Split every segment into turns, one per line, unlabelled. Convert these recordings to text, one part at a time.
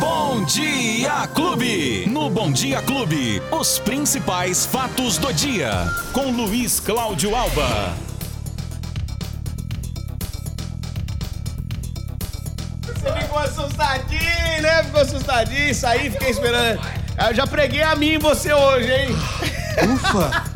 Bom Dia Clube. No Bom Dia Clube, os principais fatos do dia. Com Luiz Cláudio Alba.
Você ficou assustadinho, né? Ficou assustadinho, saí, fiquei esperando. Eu já preguei a mim em você hoje, hein?
Ufa!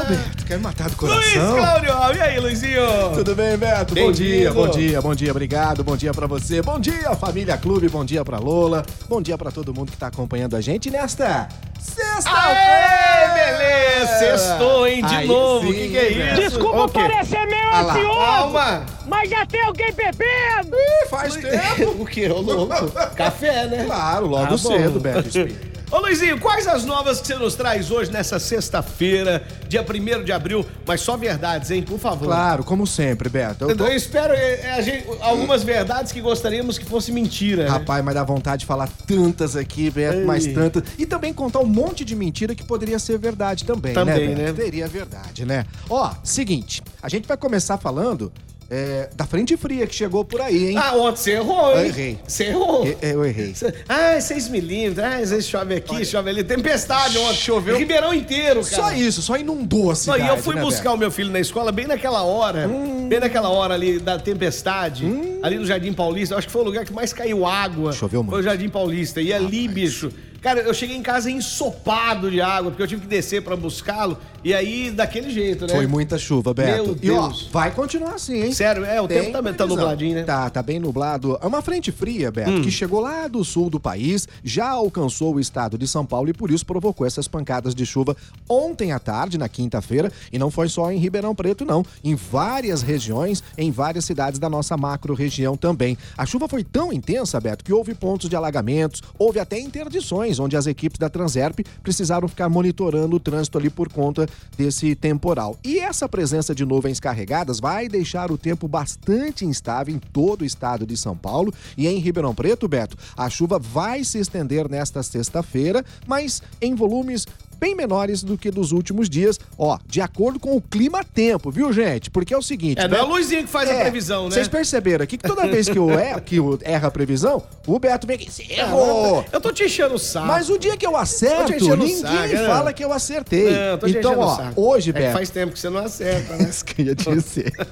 Ô, Beto, quer me matar do
Luiz
coração?
Cláudio, e aí, Luizinho?
Tudo bem, Beto? Bom
Bem-vindo.
dia, bom dia, bom dia, obrigado, bom dia pra você, bom dia, família Clube, bom dia pra Lola, bom dia pra todo mundo que tá acompanhando a gente nesta
Aê,
sexta-feira!
beleza! Sextou, hein? De
Aí
novo, o
sim,
que, que é isso?
Beto.
Desculpa
O quê?
parecer meio
Ah lá.
ansioso,
Calma!
mas já tem alguém bebendo.
Ih, faz tempo! Tá
O que? Ô, louco? Café, né?
Claro, logo
Ah, bom.
cedo, Beto Espírito.
Ô Luizinho, quais as novas que você nos traz hoje nessa sexta-feira, dia 1 de abril? Mas só verdades, hein? Por favor.
Claro, como sempre, Beto. Eu tô-
Eu espero é, é, a gente- algumas verdades que gostaríamos que fosse mentira. né?
Rapaz, mas dá vontade de falar tantas aqui, Beto, mais tantas. E também contar um monte de mentira que poderia ser verdade também,
Também,
né?
né?
Beto? Teria verdade, né? Ó, seguinte, a gente vai começar falando é, da frente fria que chegou por aí, hein?
Ah, ontem você errou, hein?
Eu errei.
Você errou.
E- eu errei.
Ah, 6 milímetros. Ah, às vezes chove aqui, chove ali. Tempestade ontem.
Choveu.
Ribeirão inteiro, cara.
Só isso, só inundou a
Não,
cidade,
e eu fui
né, Hum.
buscar o meu filho na escola bem naquela hora, bem naquela hora ali da tempestade, ali no Jardim Paulista. Eu acho que foi o lugar que mais caiu água.
Choveu muito.
Foi o Jardim Paulista. E ali, bicho, cara, eu cheguei em casa ensopado de água, porque eu tive que descer pra buscá-lo. E aí, daquele jeito, né?
Foi muita chuva, Beto.
Meu
e ó,
Deus.
vai continuar assim, hein?
Sério, é, o
Tem
tempo tá, tá
previsão.
nubladinho, né? Hum.
Tá, tá bem nublado. É uma frente fria, Beto, que chegou lá do sul do país, já alcançou o estado de São Paulo e por isso provocou essas pancadas de chuva ontem à tarde, na quinta-feira, e não foi só em Ribeirão Preto, não. Em várias regiões, em várias cidades da nossa macro-região também. A chuva foi tão intensa, Beto, que houve pontos de alagamentos, houve até interdições, onde as equipes da Transerp precisaram ficar monitorando o trânsito ali por conta desse temporal. E essa presença de nuvens carregadas vai deixar o tempo bastante instável em todo o estado de São Paulo e em Ribeirão Preto, Beto. A chuva vai se estender nesta sexta-feira, mas em volumes bem menores do que dos últimos dias, ó, de acordo com o clima-tempo, viu, gente? Porque é o seguinte,
É, não é a
Beto-
luzinha que faz a
é,
previsão, né?
Vocês perceberam aqui que toda vez que eu, er- que eu erra a previsão, o Beto vem aqui, "Você errou!
Eu tô te enchendo o saco.
Mas o dia que eu acerto,
Tô te enchendo o
ninguém
saco, né?
fala que eu acertei.
Não, eu tô te
então,
enchendo o
ó,
saco.
hoje,
É que
Beto. é
faz tempo que você não acerta, né?
Isso que eu ia dizer.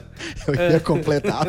Eu
É.
ia completar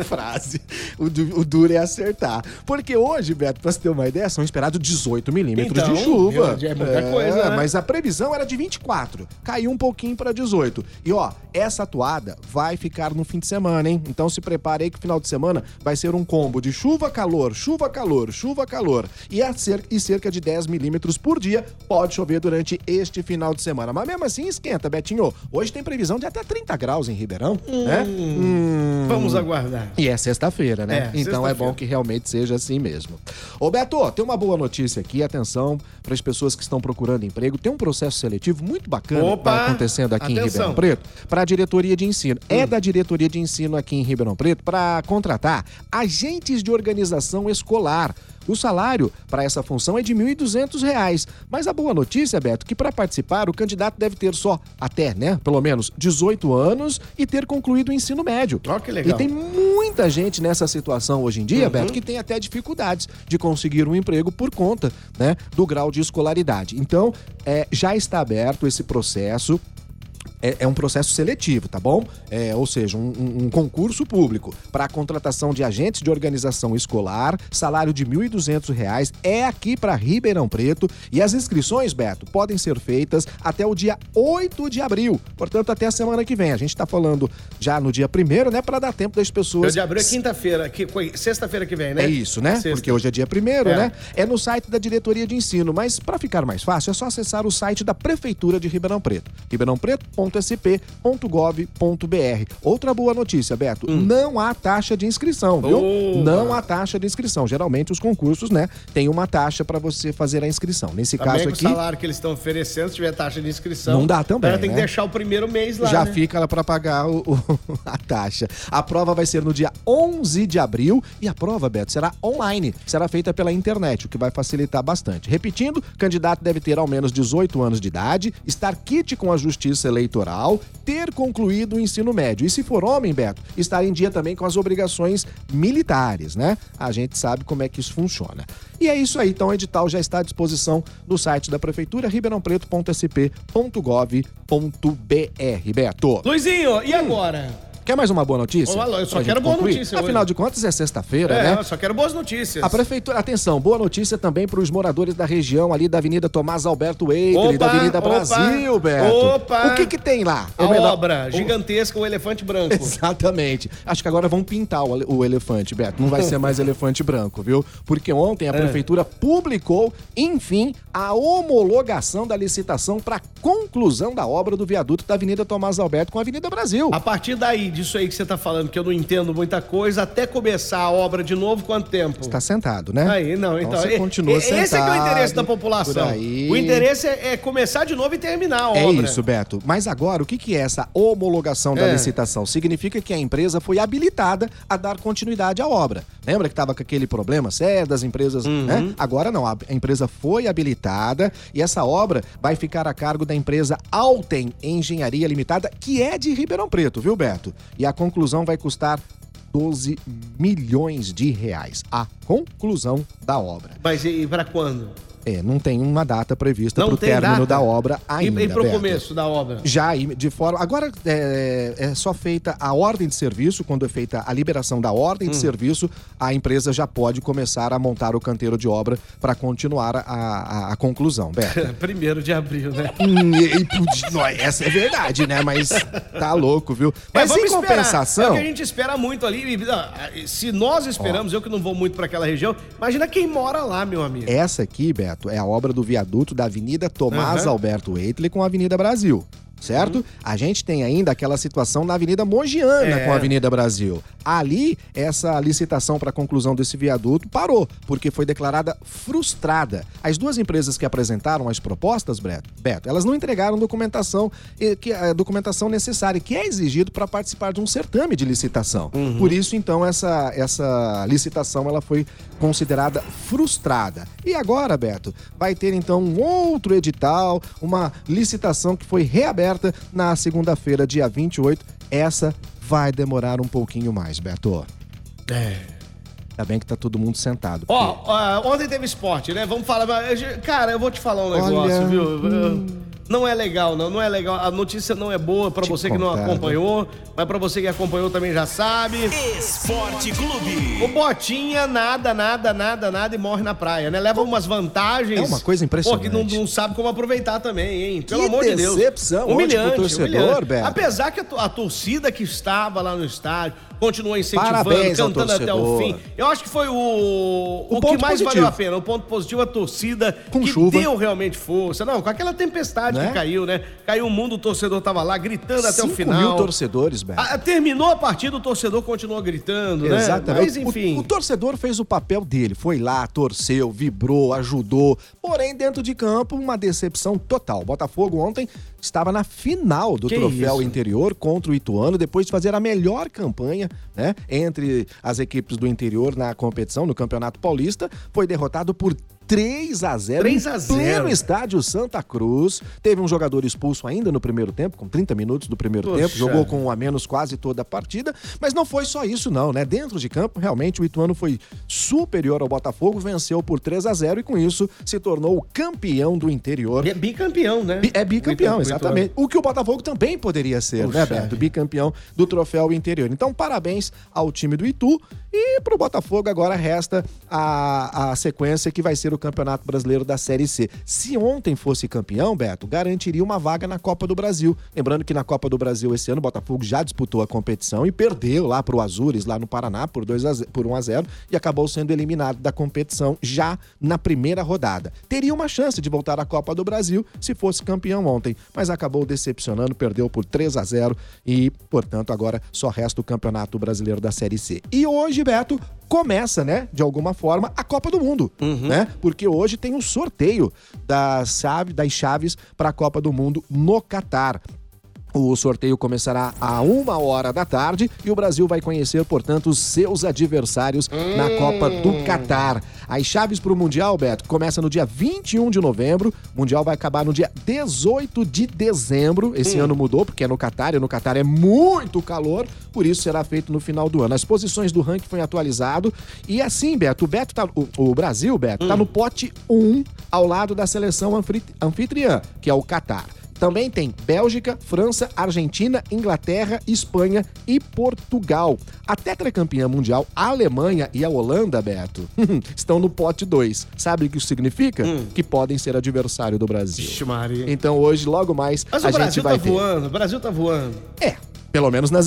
a frase. O, du- o duro é acertar. Porque hoje, Beto, pra você ter uma ideia, são esperados 18 milímetros
Então,
de chuva.
meu, é muita coisa, né?
Mas a previsão era de 24. Caiu um pouquinho pra 18. E ó, essa atuada vai ficar no fim de semana, hein? Então se prepare aí que final de semana vai ser um combo de chuva, calor, chuva, calor, chuva, calor. E, a cer- e cerca de 10 milímetros por dia pode chover durante este final de semana. Mas mesmo assim esquenta, Betinho. Hoje tem previsão de até 30 graus em Ribeirão, né? Hum.
Vamos aguardar.
E é sexta-feira, né?
É,
então é
sexta-feira.
bom que realmente seja assim mesmo. Ô Beto, tem uma boa notícia aqui, atenção para as pessoas que estão procurando emprego. Tem um processo seletivo muito bacana que
Opa!
tá acontecendo aqui em
Atenção.
Ribeirão Preto para a diretoria de ensino.
Hum.
É da diretoria de ensino aqui em Ribeirão Preto para contratar agentes de organização escolar. O salário para essa função é de R$ 1.200. Mas a boa notícia, Beto, que para participar o candidato deve ter só até, né, pelo menos 18 anos e ter concluído o ensino médio.
Ó, que legal. Uhum.
E tem muita gente nessa situação hoje em dia, Beto, que tem até dificuldades de conseguir um emprego por conta né, do grau de escolaridade. Então, é, já está aberto esse processo. É, é um processo seletivo, tá bom? É, ou seja, um, um- um concurso público para a contratação de agentes de organização escolar, salário de R$ 1.200 reais, é aqui para Ribeirão Preto. E as inscrições, Beto, podem ser feitas até o dia 8 de abril. Portanto, até a semana que vem. A gente está falando já no dia 1 né? Para dar tempo das
Eu
pessoas.
de abril é quinta-feira, que, coi- sexta-feira que vem, né?
É isso, né?
Sexta.
Porque hoje é dia primeiro,
É.
né? É no site da Diretoria de Ensino, mas para ficar mais fácil é só acessar o site da Prefeitura de Ribeirão Preto, ribeirãopreto.sp.gov.br. Outra boa notícia, Beto, não há taxa de inscrição, viu?
Hum. Boa!
Não há taxa de inscrição. Geralmente os concursos, né, tem uma taxa para você fazer a inscrição. Nesse
Também
caso
Tá com
aqui,
o salário que eles estão oferecendo, se tiver taxa de inscrição.
Não dá também,
Ela tem que
né?
deixar o primeiro mês lá.
já
né?
fica lá para pagar o- o- a taxa. A prova vai ser no dia 11 de abril e a prova, Beto, será online, será feita pela internet, o que vai facilitar bastante. Repetindo, o candidato deve ter ao menos 18 anos de idade, estar kit com a Justiça Eleitoral eleitoral, ter concluído o ensino médio. E se for homem, Beto, estar em dia também com as obrigações militares, né? A gente sabe como é que isso funciona. E é isso aí, então o edital já está à disposição no site da prefeitura ribeirãopreto.sp.gov.br. Beto,
Luizinho,
Hum.
e agora?
quer mais uma boa notícia?
Ô, Alô, eu só
Pra
quero
gente
boa
concluir?
notícia hoje.
Afinal de contas é sexta-feira,
É,
né?
eu só quero boas notícias.
A prefeitura, atenção, boa notícia também para os moradores da região ali da Avenida Tomás Alberto Eitre,
Opa,
da Avenida
opa,
Brasil, Beto.
opa.
O que que tem lá?
A
Ou é melhor,
obra
o-
gigantesca, o elefante branco.
Exatamente. Acho que agora vão pintar o, ele- o elefante, Beto. Não vai ser mais elefante branco, viu? Porque ontem
É.
a prefeitura publicou, enfim, a homologação da licitação para conclusão da obra do viaduto da Avenida Tomás Alberto com a Avenida Brasil.
A partir daí, disso aí que você tá falando, que eu não entendo muita coisa, até começar a obra de novo, quanto tempo?
Tá sentado, né?
Aí, não, então.
você
e-
continua
e-
sentado.
Esse é que é o interesse da
por
população.
aí.
O interesse é, é começar de novo e terminar a obra.
É isso, Beto. Mas agora, o que que é essa homologação da
É.
licitação? Significa que a empresa foi habilitada a dar continuidade à obra. Lembra que estava com aquele problema sério das empresas,
Uhum.
né? Agora não, a a empresa foi habilitada e essa obra vai ficar a cargo da empresa Alten Engenharia Limitada, que é de Ribeirão Preto, viu, Beto? E a conclusão vai custar 12 milhões de reais. A conclusão da obra.
Mas e, e pra quando?
É, não tem uma data prevista
Não
para o
tem
término
data?
da obra
E,
ainda,
e pro
Beto.
começo da obra?
Já aí, de forma. Agora é, é só feita a ordem de serviço, quando é feita a liberação da ordem de serviço, a empresa já pode começar a montar o canteiro de obra para continuar a, a, a conclusão, Beto.
Primeiro de abril, né?
Hum, e- e putz, não, essa é verdade, né? Mas tá louco, viu? Mas em
vamos esperar. É o
compensação.
que a gente espera muito ali. E, ah, Se nós esperamos, eu que não vou muito pra aquela região, imagina quem mora lá, meu amigo.
Essa aqui, Beto, é a obra do viaduto da Avenida Tomás
Aham.
Alberto Eitle com a Avenida Brasil. Certo? A gente tem ainda aquela situação na Avenida Mogiana
É.
com a Avenida Brasil. Ali, essa licitação para a conclusão desse viaduto parou, porque foi declarada frustrada. As duas empresas que apresentaram as propostas, Beto, Beto elas não entregaram documentação, eh, que, a documentação necessária, que é exigido para participar de um certame de licitação. Por isso, então, essa, essa licitação ela foi considerada frustrada. E agora, Beto, vai ter então um outro edital, uma licitação que foi reaberta na segunda-feira, dia 28. Essa vai demorar um pouquinho mais, Beto. É. Tá bem que tá todo mundo sentado.
Ó, ah, ontem teve esporte, né? Vamos falar. mas, eh, Cara, eu vou te falar um negócio,
Olha, Hum.
viu? Eu- Não é legal, não. Não é legal. A notícia não é boa pra
Te
você que não
contar, né?
acompanhou, mas pra você que acompanhou também já sabe.
Esporte
O
Clube.
Botinha nada, nada, nada, nada e morre na praia, né? Leva umas vantagens.
É uma coisa impressionante.
Pô, que não, não sabe como aproveitar também, hein? Pelo
Que
amor de Deus.
decepção hoje pro torcedor, Beto.
Apesar que a, to- a torcida que estava lá no estádio continuou incentivando,
Parabéns ao
cantando até o
torcedor.
fim. Eu acho que foi o, o, que
ponto
mais
positivo.
valeu a pena. O ponto positivo, a torcida
Com
que
chuva.
deu realmente força. Não, com aquela tempestade
Né?
que caiu, né? Caiu o mundo, o torcedor tava lá gritando até o
5
final.
mil torcedores, Beto.
Ah, terminou a partida, o torcedor continuou gritando, né?
Exatamente.
Mas enfim.
O, o torcedor fez o papel dele, foi lá, torceu, vibrou, ajudou. Porém, dentro de campo, uma decepção total. O Botafogo ontem estava na final do
Que
troféu
isso?
interior contra o Ituano, depois de fazer a melhor campanha, né, entre as equipes do interior na competição, no Campeonato Paulista, foi derrotado por 3 a 0
3 a
em
0.
pleno estádio Santa Cruz. Teve um jogador expulso ainda no primeiro tempo, com 30 minutos do primeiro
Poxa.
tempo, jogou com um a menos quase toda a partida, mas não foi só isso não, né? Dentro de campo, realmente o Ituano foi superior ao Botafogo, venceu por 3 a 0 e com isso se tornou o campeão do interior.
É bicampeão, né?
Bi- É bicampeão,
Oito-
exatamente. O que o Botafogo também poderia ser, né,
Puxa
Beto?
vida.
Bicampeão do troféu interior. Então, parabéns ao time do Itu. E pro Botafogo agora resta a, a sequência que vai ser o Campeonato Brasileiro da Série C. Se ontem fosse campeão, Beto, garantiria uma vaga na Copa do Brasil. Lembrando que na Copa do Brasil esse ano o Botafogo já disputou a competição e perdeu lá pro Azures, lá no Paraná, por, 2 a 0, por 1 a 0 e acabou sendo eliminado da competição já na primeira rodada. Teria uma chance de voltar à Copa do Brasil se fosse campeão ontem, mas acabou decepcionando, perdeu por 3 a 0 e, portanto, agora só resta o Campeonato Brasileiro da Série C. E hoje, Beto, começa, né, de alguma forma, a Copa do Mundo, né? Porque hoje tem um sorteio das chave- das chaves para a Copa do Mundo no Catar. O sorteio começará a uma hora da tarde e o Brasil vai conhecer, portanto, os seus adversários na Copa do Catar. As chaves para o Mundial, Beto, começa no dia 21 de novembro. O Mundial vai acabar no dia 18 de dezembro. Esse ano mudou, porque é no Catar, e no Catar é muito calor, por isso será feito no final do ano. As posições do ranking foi atualizado. E assim, Beto, o, Beto tá, o, o Brasil, Beto, tá no pote 1 ao lado da seleção anfri- anfitriã, que é o Catar. Também tem Bélgica, França, Argentina, Inglaterra, Espanha e Portugal. A tetracampeã mundial, a Alemanha e a Holanda, Beto, estão no pote 2. Sabe o que isso significa?
Hum.
Que podem ser adversário do Brasil.
Vixe, Maria.
Então hoje, logo mais,
Mas
a
o
gente
Brasil
vai
tá
ter.
voando, o Brasil tá voando.
É. Pelo menos nas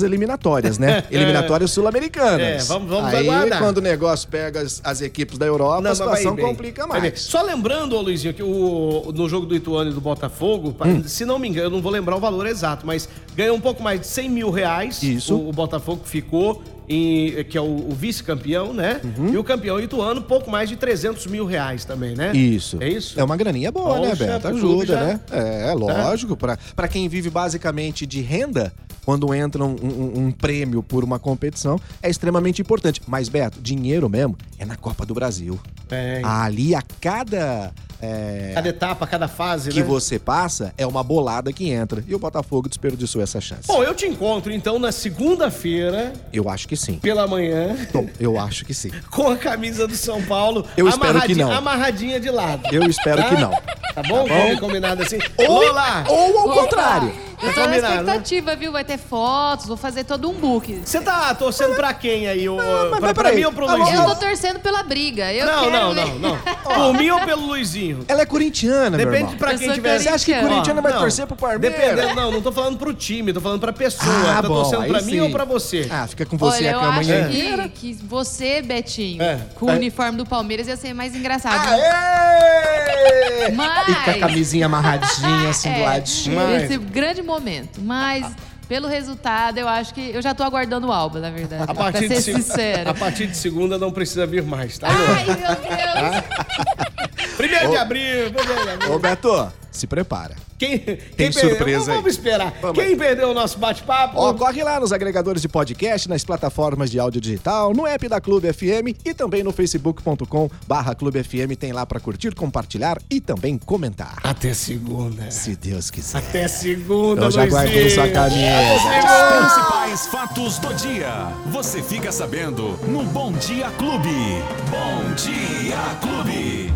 eliminatórias, né? Eliminatórias sul-americanas.
É, vamos- vamos
Aí,
aguardar.
quando o negócio pega as, as equipes da Europa, a
mas vai
situação
bem.
complica
Vai
mais.
bem. Só lembrando, ô Luizinho, que o, no jogo do Ituano e do Botafogo, pa-
Hum.
se não me engano, eu não vou lembrar o valor exato, mas ganhou um pouco mais de 100 mil reais.
Isso.
O, o Botafogo ficou, em- que é o, o vice-campeão, né?
Uhum.
E o campeão Ituano, pouco mais de 300 mil reais também, né?
Isso.
É isso?
É uma graninha boa, né,
Poxa,
Beto?
pro clube
Ajuda,
já-
né? É, lógico. Pra Para quem vive basicamente de renda, quando entra um, um- um prêmio por uma competição, é extremamente importante. Mas, Beto, dinheiro mesmo é na Copa do Brasil.
É.
Ali, a cada... é,
Cada etapa, cada fase,
que
né?
você passa, é uma bolada que entra. E o Botafogo desperdiçou essa chance.
Bom, eu te encontro, então, na segunda-feira,
Eu acho que sim.
pela manhã,
Bom, eu acho que sim.
com a camisa do São Paulo
Eu espero que
amarradinha-
não.
amarradinha de lado.
Eu espero que não.
Tá bom? Vamos combinado assim. Olá!
Ou ao contrário.
Eu tô
tá
na
combinado, né?
expectativa, viu? Vai ter fotos, vou fazer todo um book.
Você tá torcendo pra quem aí? ô?
mas-
pra,
mas
pra
peraí.
mim ou pro
Ah,
Luizinho?
Eu tô torcendo pela briga. Eu
Não,
quero
não,
ver.
não, não. Por mim ou pelo Luizinho?
Ela é corintiana, meu
Depende
irmão.
pra
Eu
quem
sou
tiver.
Você acha que
Ó,
corintiano vai
não.
torcer pro Palmeiras?
Dependendo, não, não tô falando pro time, tô falando pra pessoa.
Ah,
tá
bom,
torcendo
aí
pra mim
sim.
ou pra você?
Ah, fica com você
Olha,
a
eu
cama
acho
amanhã.
que, que você, Betinho,
É. Ah,
com o uniforme do Palmeiras ia ser mais engraçado.
Aê!
Mas...
E com a camisinha amarradinha, assim, do
É,
ladinho.
Esse grande momento. Mas, pelo resultado, eu acho que... Eu já tô aguardando o Alba, na verdade.
A partir,
pra
de
ser
se-
sincera.
a partir de segunda não precisa vir mais, tá?
Ah.
Ai, meu Deus.
Primeiro de abril, primeiro de abril.
Ô, Beto, se prepara.
Quem,
Tem
quem
surpresa
perdeu,
aí.
vamos esperar. Quem perdeu o nosso bate-papo?
Hum.
Ó, corre lá nos agregadores de podcast, nas plataformas de áudio digital, no app da Clube FM e também no facebook.com barra Clube FM. Tem lá pra curtir, compartilhar e também comentar.
Até segunda.
Se Deus quiser.
Até segunda,
Eu já guardei
Luizinho.
sua camisa.
Os principais fatos do dia. Você fica sabendo no Bom Dia Clube. Bom Dia Clube.